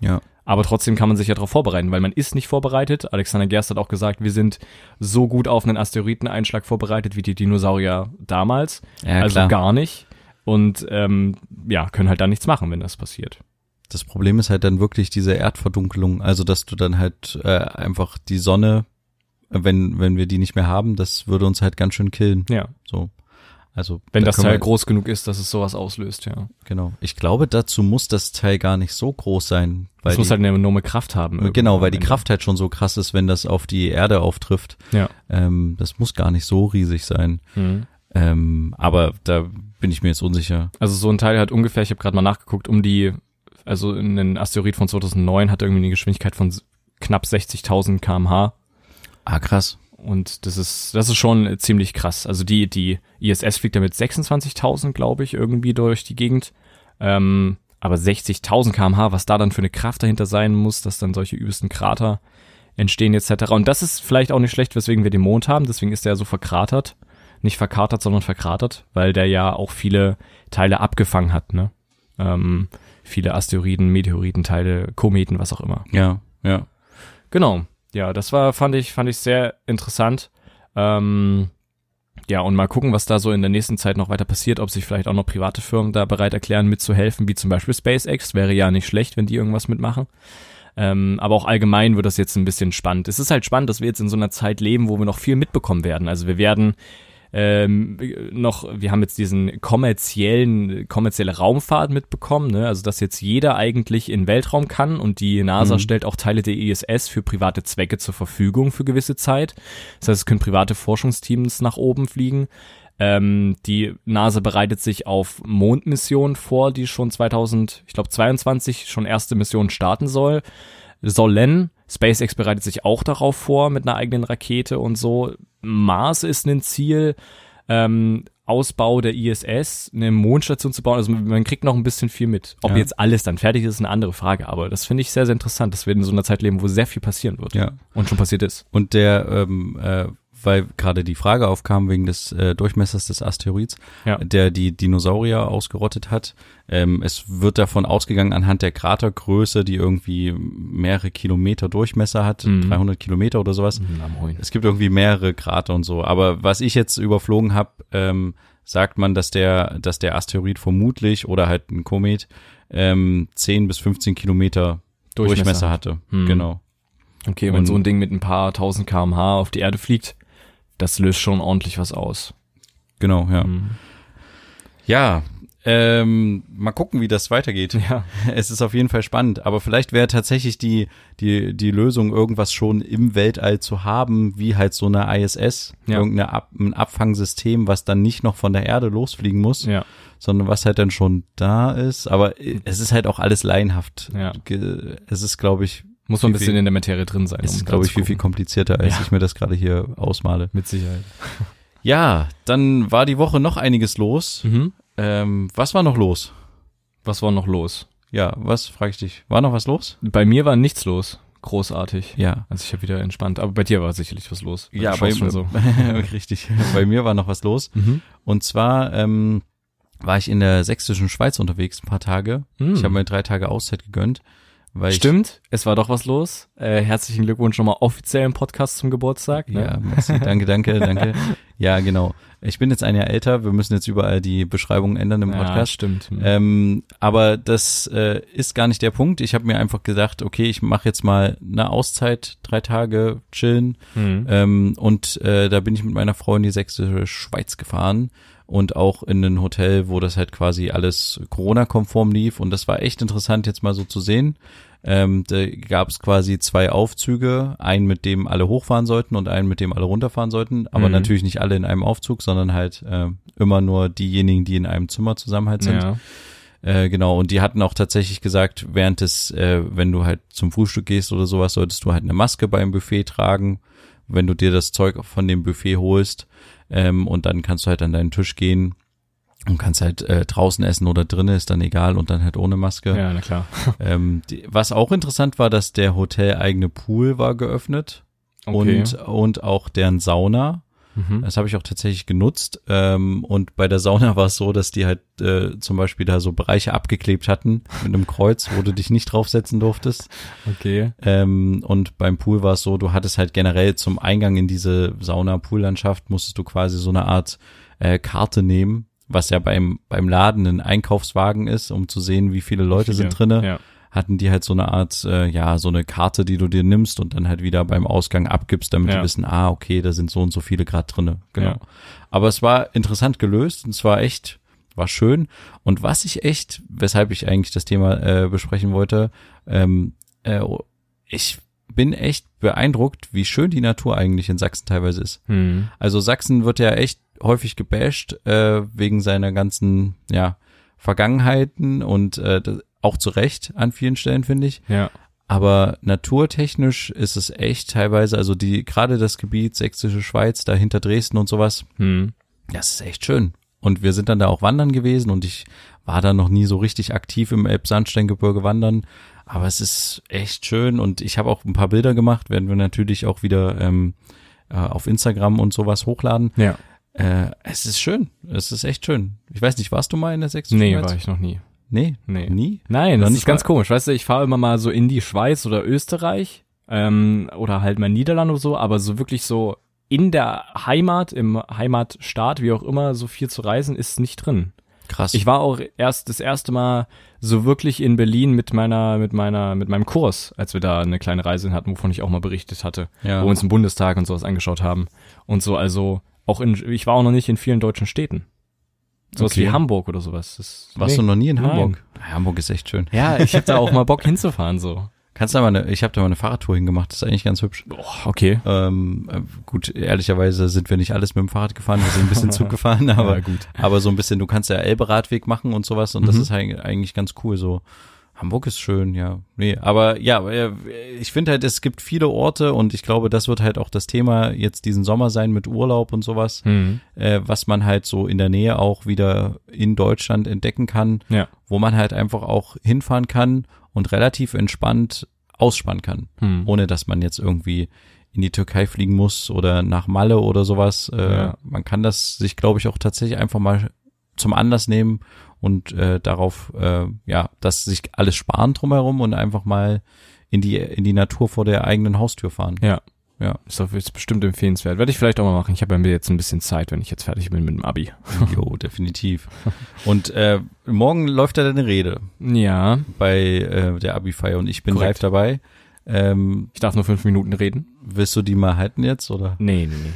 [SPEAKER 1] Ja.
[SPEAKER 2] Aber trotzdem kann man sich ja darauf vorbereiten, weil man ist nicht vorbereitet. Alexander Gerst hat auch gesagt, wir sind so gut auf einen Asteroideneinschlag vorbereitet wie die Dinosaurier damals.
[SPEAKER 1] Ja,
[SPEAKER 2] also
[SPEAKER 1] klar.
[SPEAKER 2] gar nicht. Und ähm, ja, können halt da nichts machen, wenn das passiert.
[SPEAKER 1] Das Problem ist halt dann wirklich diese Erdverdunkelung, also dass du dann halt äh, einfach die Sonne, äh, wenn, wenn wir die nicht mehr haben, das würde uns halt ganz schön killen.
[SPEAKER 2] Ja.
[SPEAKER 1] So. Also
[SPEAKER 2] Wenn
[SPEAKER 1] da
[SPEAKER 2] das halt
[SPEAKER 1] können
[SPEAKER 2] Teil
[SPEAKER 1] wir-
[SPEAKER 2] groß genug ist, dass es sowas auslöst, ja.
[SPEAKER 1] Genau. Ich glaube, dazu muss das Teil gar nicht so groß sein, weil
[SPEAKER 2] Es muss
[SPEAKER 1] die,
[SPEAKER 2] halt eine enorme Kraft haben. irgendwo
[SPEAKER 1] genau,
[SPEAKER 2] am
[SPEAKER 1] weil die
[SPEAKER 2] Ende.
[SPEAKER 1] Kraft halt schon so krass ist, wenn das auf die Erde auftrifft.
[SPEAKER 2] Ja.
[SPEAKER 1] Ähm, das muss gar nicht so riesig sein.
[SPEAKER 2] Mhm.
[SPEAKER 1] Ähm, aber da bin ich mir jetzt unsicher.
[SPEAKER 2] Also so ein Teil hat ungefähr, ich habe gerade mal nachgeguckt, um die, also ein Asteroid von 2009 hat irgendwie eine Geschwindigkeit von s- knapp 60.000 kmh.
[SPEAKER 1] Ah, krass.
[SPEAKER 2] Und das ist, das ist schon äh, ziemlich krass. Also die, die ISS fliegt damit 26.000, glaube ich, irgendwie durch die Gegend. Ähm, aber 60.000 kmh, was da dann für eine Kraft dahinter sein muss, dass dann solche übelsten Krater entstehen etc. Und das ist vielleicht auch nicht schlecht, weswegen wir den Mond haben. Deswegen ist der so verkratert. Nicht verkatert, sondern verkratert, weil der ja auch viele Teile abgefangen hat, ne? Ähm, viele Asteroiden, Meteoritenteile, Kometen, was auch immer.
[SPEAKER 1] Ja, ja.
[SPEAKER 2] Genau. Ja, das war, fand ich, fand ich sehr interessant. Ähm, ja, und mal gucken, was da so in der nächsten Zeit noch weiter passiert, ob sich vielleicht auch noch private Firmen da bereit erklären, mitzuhelfen, wie zum Beispiel SpaceX. Wäre ja nicht schlecht, wenn die irgendwas mitmachen. Ähm, aber auch allgemein wird das jetzt ein bisschen spannend. Es ist halt spannend, dass wir jetzt in so einer Zeit leben, wo wir noch viel mitbekommen werden. Also wir werden ähm, noch, wir haben jetzt diesen kommerziellen, kommerzielle Raumfahrt mitbekommen, ne? also dass jetzt jeder eigentlich in Weltraum kann und die NASA stellt auch Teile der ISS für private Zwecke zur Verfügung für gewisse Zeit. Das heißt, es können private Forschungsteams nach oben fliegen. Ähm, die NASA bereitet sich auf Mondmissionen vor, die schon 2000, ich glaube 22 schon erste Mission starten soll sollen. SpaceX bereitet sich auch darauf vor mit einer eigenen Rakete und so. Mars ist ein Ziel. Ähm, Ausbau der ISS, eine Mondstation zu bauen. Also man kriegt noch ein bisschen viel mit. Ob
[SPEAKER 1] Ja.
[SPEAKER 2] jetzt alles dann fertig ist, ist eine andere Frage. Aber das finde ich sehr, sehr interessant, dass wir in so einer Zeit leben, wo sehr viel passieren wird.
[SPEAKER 1] Ja.
[SPEAKER 2] Und schon passiert ist.
[SPEAKER 1] Und der, ähm, äh, weil gerade die Frage aufkam wegen des äh, Durchmessers des Asteroids,
[SPEAKER 2] Ja.
[SPEAKER 1] der die Dinosaurier ausgerottet hat. Ähm, es wird davon ausgegangen, anhand der Kratergröße, die irgendwie mehrere Kilometer Durchmesser hat, 300 Kilometer oder sowas.
[SPEAKER 2] Na, moin.
[SPEAKER 1] Es gibt irgendwie mehrere Krater und so. Aber was ich jetzt überflogen habe, ähm, sagt man, dass der, dass der Asteroid vermutlich oder halt ein Komet ähm, 10 bis 15 Kilometer Durchmesser,
[SPEAKER 2] Durchmesser
[SPEAKER 1] hatte. Genau.
[SPEAKER 2] Okay, wenn
[SPEAKER 1] Und-
[SPEAKER 2] so ein Ding mit ein paar tausend kmh auf die Erde fliegt, das löst schon ordentlich was aus. Mhm.
[SPEAKER 1] Genau, ja. Ja, ähm, mal gucken, wie das weitergeht.
[SPEAKER 2] Ja.
[SPEAKER 1] Es ist auf jeden Fall spannend, aber vielleicht wäre tatsächlich die, die, die Lösung, irgendwas schon im Weltall zu haben, wie halt so eine ISS,
[SPEAKER 2] Ja.
[SPEAKER 1] irgendein Ab ein Abfangsystem, was dann nicht noch von der Erde losfliegen muss,
[SPEAKER 2] Ja.
[SPEAKER 1] sondern was halt dann schon da ist. Aber es ist halt auch alles laienhaft.
[SPEAKER 2] Ja.
[SPEAKER 1] Ge- Es ist, glaube ich,
[SPEAKER 2] Muss man ein
[SPEAKER 1] Viel,
[SPEAKER 2] bisschen
[SPEAKER 1] viel-
[SPEAKER 2] in der Materie drin sein.
[SPEAKER 1] es ist,
[SPEAKER 2] da
[SPEAKER 1] glaube ich,
[SPEAKER 2] zu
[SPEAKER 1] viel, viel
[SPEAKER 2] gucken.
[SPEAKER 1] komplizierter, als
[SPEAKER 2] Ja.
[SPEAKER 1] ich mir das gerade hier ausmale.
[SPEAKER 2] Mit Sicherheit.
[SPEAKER 1] Ja, dann war die Woche noch einiges los. Ähm, was war noch los?
[SPEAKER 2] Mhm. Was war noch los?
[SPEAKER 1] Ja, was frage ich dich? War noch was los?
[SPEAKER 2] Bei mir war nichts los. Großartig.
[SPEAKER 1] Ja.
[SPEAKER 2] Also ich habe wieder entspannt. Aber bei dir war sicherlich was los.
[SPEAKER 1] Ja,
[SPEAKER 2] Du
[SPEAKER 1] bei,
[SPEAKER 2] schaust schon so.
[SPEAKER 1] richtig. Bei mir war noch was los.
[SPEAKER 2] Mhm.
[SPEAKER 1] Und zwar ähm, war ich in der sächsischen Schweiz unterwegs ein paar Tage.
[SPEAKER 2] Hm.
[SPEAKER 1] Ich habe mir drei Tage Auszeit gegönnt. Weil
[SPEAKER 2] Stimmt, es war doch was los. Äh, herzlichen Glückwunsch nochmal offiziell im Podcast zum Geburtstag.
[SPEAKER 1] Ich,
[SPEAKER 2] Ne?
[SPEAKER 1] ja, merci. danke, danke, danke. Ja, genau. Ich bin jetzt ein Jahr älter. Wir müssen jetzt überall die Beschreibung ändern im
[SPEAKER 2] Ja,
[SPEAKER 1] Podcast.
[SPEAKER 2] stimmt. Mhm.
[SPEAKER 1] Ähm, aber das äh, ist gar nicht der Punkt. Ich habe mir einfach gedacht, okay, ich mache jetzt mal eine Auszeit, drei Tage chillen.
[SPEAKER 2] Mhm.
[SPEAKER 1] Ähm, und äh, da bin ich mit meiner Frau in die sächsische Schweiz gefahren und auch in ein Hotel, wo das halt quasi alles Corona-konform lief. Und das war echt interessant, jetzt mal so zu sehen. Ähm, da gab es quasi zwei Aufzüge, einen, mit dem alle hochfahren sollten und einen, mit dem alle runterfahren sollten, aber
[SPEAKER 2] Mhm.
[SPEAKER 1] natürlich nicht alle in einem Aufzug, sondern halt äh, immer nur diejenigen, die in einem Zimmer zusammen halt sind.
[SPEAKER 2] ja.
[SPEAKER 1] Äh, genau, und die hatten auch tatsächlich gesagt, während des, äh, wenn du halt zum Frühstück gehst oder sowas, solltest du halt eine Maske beim Buffet tragen, wenn du dir das Zeug von dem Buffet holst. Ähm, und dann kannst du halt an deinen Tisch gehen und kannst halt äh, draußen essen oder drinnen, ist dann egal, und dann halt ohne Maske.
[SPEAKER 2] ja, na klar.
[SPEAKER 1] Ähm, die, was auch interessant war, dass der hoteleigene Pool war geöffnet
[SPEAKER 2] Okay.
[SPEAKER 1] und, und auch deren Sauna.
[SPEAKER 2] mhm.
[SPEAKER 1] Das habe ich auch tatsächlich genutzt. Ähm, und bei der Sauna war es so, dass die halt äh, zum Beispiel da so Bereiche abgeklebt hatten mit einem Kreuz, wo du dich nicht draufsetzen durftest.
[SPEAKER 2] okay.
[SPEAKER 1] Ähm, und beim Pool war es so, du hattest halt generell zum Eingang in diese Sauna-Pool-Landschaft musstest du quasi so eine Art äh, Karte nehmen, was ja beim, beim Laden ein Einkaufswagen ist, um zu sehen, wie viele Leute sind
[SPEAKER 2] Ja.
[SPEAKER 1] drinne.
[SPEAKER 2] Ja.
[SPEAKER 1] hatten die halt so eine Art, äh, ja, so eine Karte, die du dir nimmst und dann halt wieder beim Ausgang abgibst, damit
[SPEAKER 2] Ja.
[SPEAKER 1] die wissen, ah, okay, da sind so und so viele Grad drinne. Genau.
[SPEAKER 2] Ja.
[SPEAKER 1] Aber es war interessant gelöst und es war echt, war schön. Und was ich echt, weshalb ich eigentlich das Thema äh, besprechen wollte, ähm, äh, ich bin echt beeindruckt, wie schön die Natur eigentlich in Sachsen teilweise ist.
[SPEAKER 2] Hm.
[SPEAKER 1] Also Sachsen wird ja echt häufig gebasht äh, wegen seiner ganzen ja, Vergangenheiten und äh, das- auch zu Recht an vielen Stellen, finde ich.
[SPEAKER 2] Ja.
[SPEAKER 1] Aber naturtechnisch ist es echt teilweise, also die, gerade das Gebiet Sächsische Schweiz, da hinter Dresden und sowas,
[SPEAKER 2] Hm.
[SPEAKER 1] das ist echt schön. Und wir sind dann da auch wandern gewesen und ich war da noch nie so richtig aktiv im Elbsandsteingebirge wandern. Aber es ist echt schön und ich habe auch ein paar Bilder gemacht, werden wir natürlich auch wieder ähm, äh, auf Instagram und sowas hochladen.
[SPEAKER 2] Ja.
[SPEAKER 1] Äh, es ist schön. Es ist echt schön. Ich weiß nicht, warst du mal in der Sächsischen
[SPEAKER 2] Nee,
[SPEAKER 1] Schweiz?
[SPEAKER 2] war ich noch nie.
[SPEAKER 1] Nee,
[SPEAKER 2] Nee.
[SPEAKER 1] nie?
[SPEAKER 2] Nein,
[SPEAKER 1] Noch
[SPEAKER 2] das
[SPEAKER 1] nicht
[SPEAKER 2] ist ganz
[SPEAKER 1] mal-
[SPEAKER 2] komisch. Weißt du, ich fahre immer mal so in die Schweiz oder Österreich ähm, oder halt mal Niederlande oder so, aber so wirklich so in der Heimat, im Heimatstaat, wie auch immer, so viel zu reisen, ist nicht drin.
[SPEAKER 1] Krass.
[SPEAKER 2] Ich war auch erst das erste Mal so wirklich in Berlin mit meiner, mit meiner, mit meinem Kurs, als wir da eine kleine Reise hin hatten, wovon ich auch mal berichtet hatte,
[SPEAKER 1] Ja.
[SPEAKER 2] wo wir uns den Bundestag und sowas angeschaut haben und so. Also auch in, ich war auch noch nicht in vielen deutschen Städten, sowas
[SPEAKER 1] Okay.
[SPEAKER 2] wie Hamburg oder sowas. Das,
[SPEAKER 1] warst du noch nie in
[SPEAKER 2] Nein.
[SPEAKER 1] Hamburg? Hamburg ist echt schön.
[SPEAKER 2] Ja, ich hab da auch mal Bock hinzufahren so.
[SPEAKER 1] Kannst da mal eine, ich habe da mal eine Fahrradtour hingemacht, das ist eigentlich ganz hübsch.
[SPEAKER 2] okay.
[SPEAKER 1] Ähm, äh, gut, ehrlicherweise sind wir nicht alles mit dem Fahrrad gefahren, wir sind ein bisschen Zug gefahren, aber,
[SPEAKER 2] Ja, gut.
[SPEAKER 1] aber so ein bisschen, du kannst ja Elbe-Radweg machen und sowas und das
[SPEAKER 2] Mhm.
[SPEAKER 1] ist eig- eigentlich ganz cool so. Hamburg ist schön, ja. Nee, aber ja, äh, ich finde halt, es gibt viele Orte und ich glaube, das wird halt auch das Thema jetzt diesen Sommer sein mit Urlaub und sowas,
[SPEAKER 2] Mhm.
[SPEAKER 1] äh, was man halt so in der Nähe auch wieder in Deutschland entdecken kann,
[SPEAKER 2] Ja.
[SPEAKER 1] wo man halt einfach auch hinfahren kann und relativ entspannt ausspannen kann
[SPEAKER 2] Mhm.
[SPEAKER 1] ohne dass man jetzt irgendwie in die Türkei fliegen muss oder nach Malle oder sowas. Äh,
[SPEAKER 2] Ja.
[SPEAKER 1] Man kann das sich, glaube ich, auch tatsächlich einfach mal zum Anlass nehmen und äh, darauf, äh, ja, dass sich alles sparen drumherum und einfach mal in die, in die Natur vor der eigenen Haustür fahren.
[SPEAKER 2] Ja.
[SPEAKER 1] Ja.
[SPEAKER 2] Ist doch jetzt bestimmt empfehlenswert. Werde ich vielleicht auch mal machen. Ich habe ja mir jetzt ein bisschen Zeit, wenn ich jetzt fertig bin mit dem Abi.
[SPEAKER 1] Jo, definitiv. Und äh, morgen läuft ja deine Rede
[SPEAKER 2] Ja.
[SPEAKER 1] bei äh, der Abi-Feier und ich bin
[SPEAKER 2] Korrekt.
[SPEAKER 1] live dabei. Ähm,
[SPEAKER 2] Ich darf nur fünf Minuten reden?
[SPEAKER 1] willst du die mal halten jetzt oder?
[SPEAKER 2] Nee, nee, nee.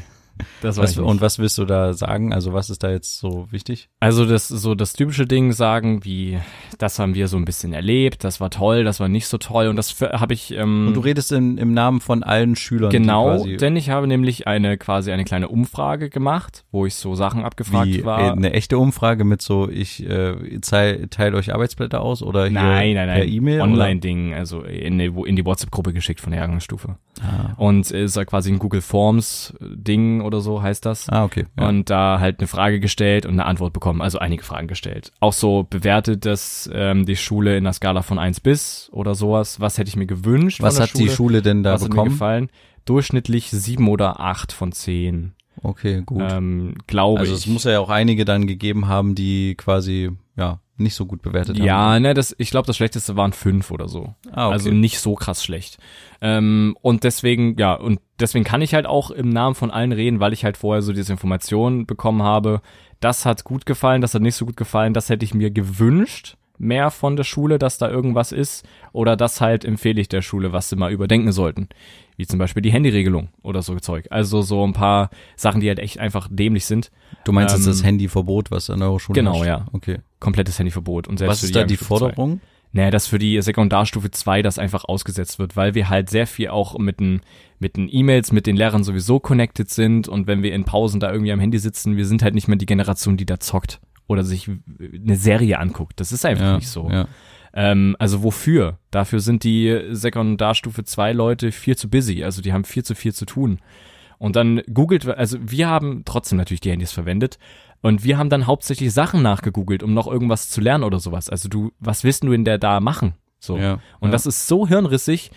[SPEAKER 2] Das weiß
[SPEAKER 1] Was,
[SPEAKER 2] ich nicht.
[SPEAKER 1] und was willst du da sagen? Also was ist da jetzt so wichtig?
[SPEAKER 2] Also das so das typische Ding sagen, wie das haben wir so ein bisschen erlebt, das war toll, das war nicht so toll und das habe ich ähm,
[SPEAKER 1] Und du redest im, im Namen von allen Schülern. die
[SPEAKER 2] genau,
[SPEAKER 1] quasi
[SPEAKER 2] denn ich habe nämlich eine quasi eine kleine Umfrage gemacht, wo ich so Sachen abgefragt
[SPEAKER 1] wie
[SPEAKER 2] war.
[SPEAKER 1] äh, eine echte Umfrage mit so, ich äh, teile teil euch Arbeitsblätter aus oder hier
[SPEAKER 2] Nein, nein, nein.
[SPEAKER 1] per E-Mail? oder?
[SPEAKER 2] Online-Ding, also in die, in die WhatsApp-Gruppe geschickt von der Jahrgangsstufe.
[SPEAKER 1] Ah,
[SPEAKER 2] Und es ist ja quasi ein Google Forms-Ding oder so heißt das.
[SPEAKER 1] Ah, okay. Ja.
[SPEAKER 2] Und da halt eine Frage gestellt und eine Antwort bekommen, also einige Fragen gestellt. Auch so bewertet das ähm, die Schule in der Skala von 1 bis oder sowas. Was hätte ich mir gewünscht?
[SPEAKER 1] Was
[SPEAKER 2] von der
[SPEAKER 1] hat die Schule denn da
[SPEAKER 2] Was hat mir
[SPEAKER 1] bekommen?
[SPEAKER 2] gefallen? Durchschnittlich 7 oder 8 von 10,
[SPEAKER 1] okay, gut.
[SPEAKER 2] ähm, glaube
[SPEAKER 1] also
[SPEAKER 2] ich.
[SPEAKER 1] es muss ja auch einige dann gegeben haben, die quasi ja nicht so gut bewertet haben.
[SPEAKER 2] ja, ne, das, ich glaube, das Schlechteste waren 5 oder so.
[SPEAKER 1] Ah, okay.
[SPEAKER 2] Also nicht so krass schlecht. Ähm, und deswegen, ja, und deswegen kann ich halt auch im Namen von allen reden, weil ich halt vorher so diese Informationen bekommen habe. Das hat gut gefallen, das hat nicht so gut gefallen, das hätte ich mir gewünscht, mehr von der Schule, dass da irgendwas ist. Oder das halt empfehle ich der Schule, was sie mal überdenken sollten. Wie zum Beispiel die Handyregelung oder so Zeug. Also so ein paar Sachen, die halt echt einfach dämlich sind.
[SPEAKER 1] du meinst jetzt
[SPEAKER 2] ähm,
[SPEAKER 1] das Handyverbot, was an eurer Schule
[SPEAKER 2] Genau,
[SPEAKER 1] herrscht?
[SPEAKER 2] ja.
[SPEAKER 1] Okay.
[SPEAKER 2] Komplettes Handyverbot. Und selbst
[SPEAKER 1] Was
[SPEAKER 2] für
[SPEAKER 1] ist da die
[SPEAKER 2] Jahrgangsstufe zwei.
[SPEAKER 1] Forderung?
[SPEAKER 2] Naja, dass für die Sekundarstufe 2 das einfach ausgesetzt wird, weil wir halt sehr viel auch mit den mit den E-Mails, mit den Lehrern sowieso connected sind und wenn wir in Pausen da irgendwie am Handy sitzen, wir sind halt nicht mehr die Generation, die da zockt oder sich eine Serie anguckt. Das ist einfach
[SPEAKER 1] Ja,
[SPEAKER 2] nicht so.
[SPEAKER 1] Ja.
[SPEAKER 2] Ähm, also wofür? Dafür sind die Sekundarstufe 2 Leute viel zu busy, also die haben viel zu viel zu tun. Und dann googelt, also wir haben trotzdem natürlich die Handys verwendet und wir haben dann hauptsächlich Sachen nachgegoogelt, um noch irgendwas zu lernen oder sowas. Also du, was willst du denn der da machen? So.
[SPEAKER 1] Ja,
[SPEAKER 2] und
[SPEAKER 1] ja.
[SPEAKER 2] das ist so hirnrissig,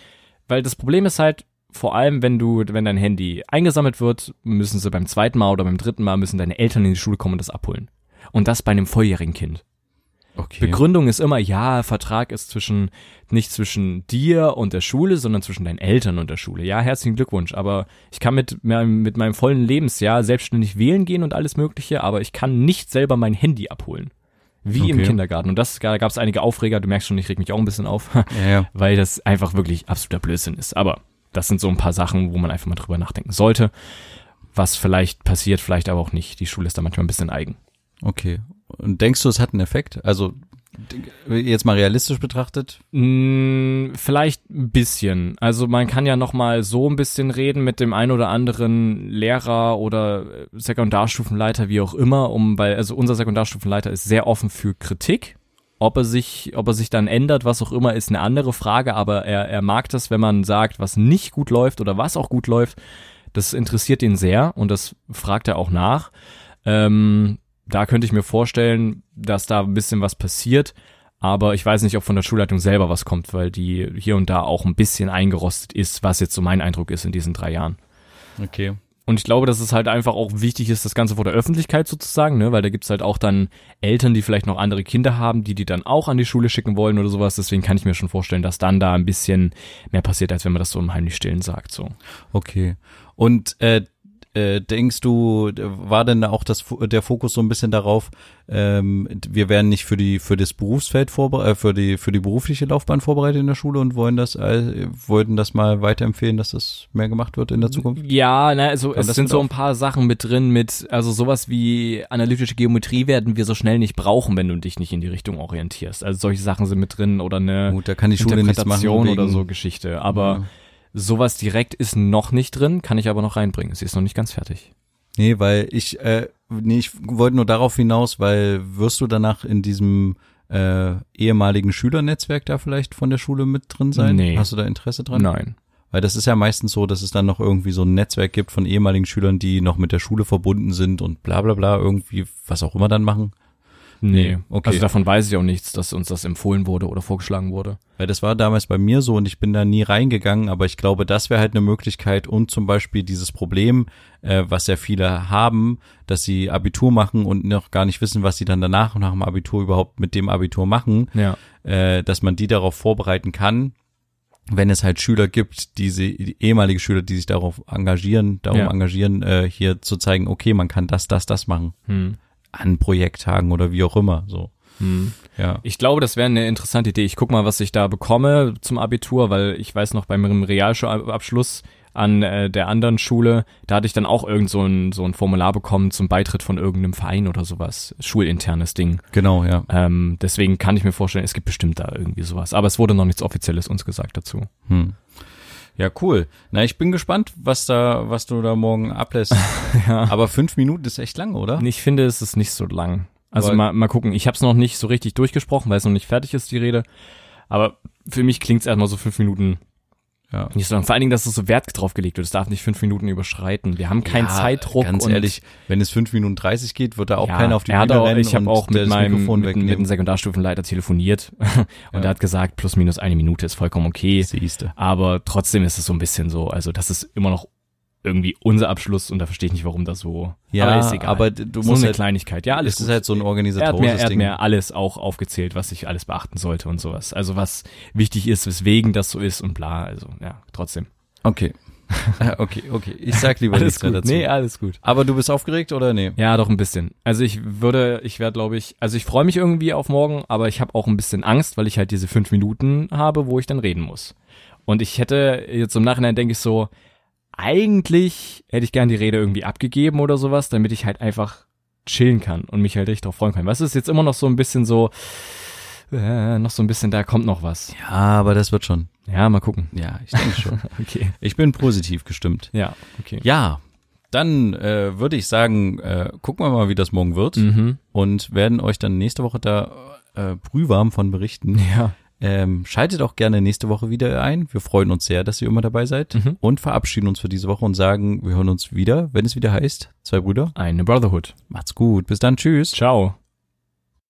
[SPEAKER 2] weil das Problem ist halt, vor allem wenn du, wenn dein Handy eingesammelt wird, müssen sie beim zweiten Mal oder beim dritten Mal müssen deine Eltern in die Schule kommen und das abholen. Und das bei einem volljährigen Kind.
[SPEAKER 1] Okay.
[SPEAKER 2] Begründung ist immer, ja, Vertrag ist zwischen, nicht zwischen dir und der Schule, sondern zwischen deinen Eltern und der Schule. Ja, herzlichen Glückwunsch, aber ich kann mit, meinem- mit meinem vollen Lebensjahr selbstständig wählen gehen und alles Mögliche, aber ich kann nicht selber mein Handy abholen. Wie im
[SPEAKER 1] Okay.
[SPEAKER 2] Kindergarten. Und das, da gab es einige Aufreger. Du merkst schon, ich reg mich auch ein bisschen auf,
[SPEAKER 1] Ja, ja.
[SPEAKER 2] weil das einfach wirklich absoluter Blödsinn ist. Aber das sind so ein paar Sachen, wo man einfach mal drüber nachdenken sollte. Was vielleicht passiert, vielleicht aber auch nicht. Die Schule ist da manchmal ein bisschen eigen.
[SPEAKER 1] Okay. Und denkst du, es hat einen Effekt? Also d- jetzt mal realistisch betrachtet.
[SPEAKER 2] Mm, Vielleicht ein bisschen. Also man kann ja noch mal so ein bisschen reden mit dem ein oder anderen Lehrer oder äh, Sekundarstufenleiter, wie auch immer, um weil also unser Sekundarstufenleiter ist sehr offen für Kritik. Ob er sich, ob er sich dann ändert, was auch immer, ist eine andere Frage. Aber er, er mag das, wenn man sagt, was nicht gut läuft oder was auch gut läuft. Das interessiert ihn sehr und das fragt er auch nach. Ähm, da könnte ich mir vorstellen, dass da ein bisschen was passiert. Aber ich weiß nicht, ob von der Schulleitung selber was kommt, weil die hier und da auch ein bisschen eingerostet ist, was jetzt so mein Eindruck ist in diesen drei Jahren.
[SPEAKER 1] Okay.
[SPEAKER 2] Und ich glaube, dass es halt einfach auch wichtig ist, das Ganze vor der Öffentlichkeit sozusagen, ne? weil da gibt's halt auch dann Eltern, die vielleicht noch andere Kinder haben, die die dann auch an die Schule schicken wollen oder sowas. Deswegen kann ich mir schon vorstellen, dass dann da ein bisschen mehr passiert, als wenn man das so im heimlich stillen sagt. So.
[SPEAKER 1] Okay. Und äh, äh, denkst du, d- war denn da auch das, Fo- der Fokus so ein bisschen darauf, ähm, d- wir werden nicht für die für das Berufsfeld vorbereitet, äh, für die für die berufliche Laufbahn vorbereitet in der Schule und wollen das äh, wollten das mal weiterempfehlen, dass das mehr gemacht wird in der Zukunft?
[SPEAKER 2] Ja, na, also
[SPEAKER 1] Kam
[SPEAKER 2] es
[SPEAKER 1] das
[SPEAKER 2] sind
[SPEAKER 1] mit
[SPEAKER 2] so
[SPEAKER 1] auf?
[SPEAKER 2] ein paar Sachen mit drin, mit, also sowas wie analytische Geometrie werden wir so schnell nicht brauchen, wenn du dich nicht in die Richtung orientierst. Also solche Sachen sind mit drin oder eine
[SPEAKER 1] Gut, da kann die Schule nichts machen
[SPEAKER 2] Interpretation oder
[SPEAKER 1] wegen-
[SPEAKER 2] so Geschichte. Aber sowas direkt ist noch nicht drin, kann ich aber noch reinbringen. Sie ist noch nicht ganz fertig.
[SPEAKER 1] Nee, weil ich, äh, nee, ich wollte nur darauf hinaus, weil wirst du danach in diesem äh, ehemaligen Schülernetzwerk da vielleicht von der Schule mit drin sein?
[SPEAKER 2] Nee.
[SPEAKER 1] Hast du da Interesse dran?
[SPEAKER 2] Nein.
[SPEAKER 1] Weil das ist ja meistens so, dass es dann noch irgendwie so ein Netzwerk gibt von ehemaligen Schülern, die noch mit der Schule verbunden sind und bla bla bla, irgendwie was auch immer dann machen.
[SPEAKER 2] Nee.
[SPEAKER 1] okay.
[SPEAKER 2] Also davon weiß ich auch nichts, dass uns das empfohlen wurde oder vorgeschlagen wurde.
[SPEAKER 1] Weil das war damals bei mir so und ich bin da nie reingegangen, aber ich glaube, das wäre halt eine Möglichkeit und zum Beispiel dieses Problem, äh, was ja viele haben, dass sie Abitur machen und noch gar nicht wissen, was sie dann danach nach dem Abitur überhaupt mit dem Abitur machen,
[SPEAKER 2] Ja.
[SPEAKER 1] äh, dass man die darauf vorbereiten kann, wenn es halt Schüler gibt, diese die ehemalige Schüler, die sich darauf engagieren, darum
[SPEAKER 2] Ja.
[SPEAKER 1] engagieren, äh, hier zu zeigen, okay, man kann das, das, das machen
[SPEAKER 2] Hm.
[SPEAKER 1] an Projekttagen oder wie auch immer, so.
[SPEAKER 2] Hm.
[SPEAKER 1] Ja.
[SPEAKER 2] Ich glaube, das wäre eine interessante Idee. Ich guck mal, was ich da bekomme zum Abitur, weil ich weiß noch bei meinem Realschulabschluss an äh, der anderen Schule, da hatte ich dann auch irgend so ein, so ein Formular bekommen zum Beitritt von irgendeinem Verein oder sowas. Schulinternes Ding.
[SPEAKER 1] Genau, ja.
[SPEAKER 2] Ähm, deswegen kann ich mir vorstellen, es gibt bestimmt da irgendwie sowas. Aber es wurde noch nichts Offizielles uns gesagt dazu.
[SPEAKER 1] Hm. Ja, cool. Na, ich bin gespannt, was da, was du da morgen ablässt.
[SPEAKER 2] Ja.
[SPEAKER 1] Aber fünf Minuten ist echt lang, oder?
[SPEAKER 2] Ich finde, es ist nicht so lang. Also
[SPEAKER 1] Weil-
[SPEAKER 2] mal, mal gucken. Ich habe es noch nicht so richtig durchgesprochen, weil es noch nicht fertig ist, die Rede. Aber für mich klingt es erstmal so fünf Minuten
[SPEAKER 1] Ja.
[SPEAKER 2] Nicht so lang. Vor allen Dingen, dass es so Wert drauf gelegt wird. Es darf nicht fünf Minuten überschreiten. Wir haben keinen
[SPEAKER 1] Ja,
[SPEAKER 2] Zeitdruck.
[SPEAKER 1] Ganz
[SPEAKER 2] und
[SPEAKER 1] ehrlich, wenn es fünf Minuten dreißig geht, wird da auch
[SPEAKER 2] ja,
[SPEAKER 1] keiner auf die
[SPEAKER 2] er hat
[SPEAKER 1] Bühne
[SPEAKER 2] auch,
[SPEAKER 1] rennen
[SPEAKER 2] Ich habe
[SPEAKER 1] und
[SPEAKER 2] auch mit
[SPEAKER 1] das
[SPEAKER 2] meinem
[SPEAKER 1] Mikrofon
[SPEAKER 2] mit, mit dem
[SPEAKER 1] wegnehmen.
[SPEAKER 2] Sekundarstufenleiter telefoniert und
[SPEAKER 1] Ja.
[SPEAKER 2] er hat gesagt, plus minus eine Minute ist vollkommen okay.
[SPEAKER 1] Siehste.
[SPEAKER 2] Aber trotzdem ist es so ein bisschen so. Also das ist immer noch irgendwie unser Abschluss und da verstehe ich nicht, warum das so.
[SPEAKER 1] Ja,
[SPEAKER 2] aber ist egal.
[SPEAKER 1] aber d- du
[SPEAKER 2] so
[SPEAKER 1] musst
[SPEAKER 2] eine
[SPEAKER 1] halt-
[SPEAKER 2] Kleinigkeit. Ja, alles
[SPEAKER 1] es
[SPEAKER 2] gut.
[SPEAKER 1] ist halt so ein
[SPEAKER 2] Er hat,
[SPEAKER 1] organisatorisches
[SPEAKER 2] mir, er hat
[SPEAKER 1] Ding.
[SPEAKER 2] mir alles auch aufgezählt, was ich alles beachten sollte und sowas. Also was wichtig ist, weswegen das so ist und bla. Also ja, trotzdem.
[SPEAKER 1] Okay. okay, okay. Ich sag lieber nichts
[SPEAKER 2] Alles
[SPEAKER 1] mehr
[SPEAKER 2] gut.
[SPEAKER 1] dazu.
[SPEAKER 2] Nee, alles gut.
[SPEAKER 1] Aber du bist aufgeregt oder nee?
[SPEAKER 2] Ja, doch ein bisschen. Also ich würde, ich werde, glaube ich, also ich freue mich irgendwie auf morgen, aber ich habe auch ein bisschen Angst, weil ich halt diese fünf Minuten habe, wo ich dann reden muss. Und ich hätte jetzt im Nachhinein denke ich so, eigentlich hätte ich gern die Rede irgendwie abgegeben oder sowas, damit ich halt einfach chillen kann und mich halt richtig drauf freuen kann. Was ist jetzt immer noch so ein bisschen so, äh, noch so ein bisschen, da kommt noch was.
[SPEAKER 1] Ja, aber das wird schon.
[SPEAKER 2] Ja, mal gucken.
[SPEAKER 1] Ja, ich denke schon.
[SPEAKER 2] Okay.
[SPEAKER 1] ich bin positiv gestimmt.
[SPEAKER 2] Ja, okay.
[SPEAKER 1] Ja, dann äh, würde ich sagen, äh, gucken wir mal, wie das morgen wird
[SPEAKER 2] Mhm.
[SPEAKER 1] und werden euch dann nächste Woche da äh, brühwarm von berichten.
[SPEAKER 2] Ja.
[SPEAKER 1] Ähm, schaltet auch gerne nächste Woche wieder ein. Wir freuen uns sehr, dass ihr immer dabei seid
[SPEAKER 2] Mhm.
[SPEAKER 1] und verabschieden uns für diese Woche und sagen, wir hören uns wieder, wenn es wieder heißt, zwei Brüder.
[SPEAKER 2] Eine Brotherhood.
[SPEAKER 1] Macht's gut. Bis dann. Tschüss.
[SPEAKER 2] Ciao.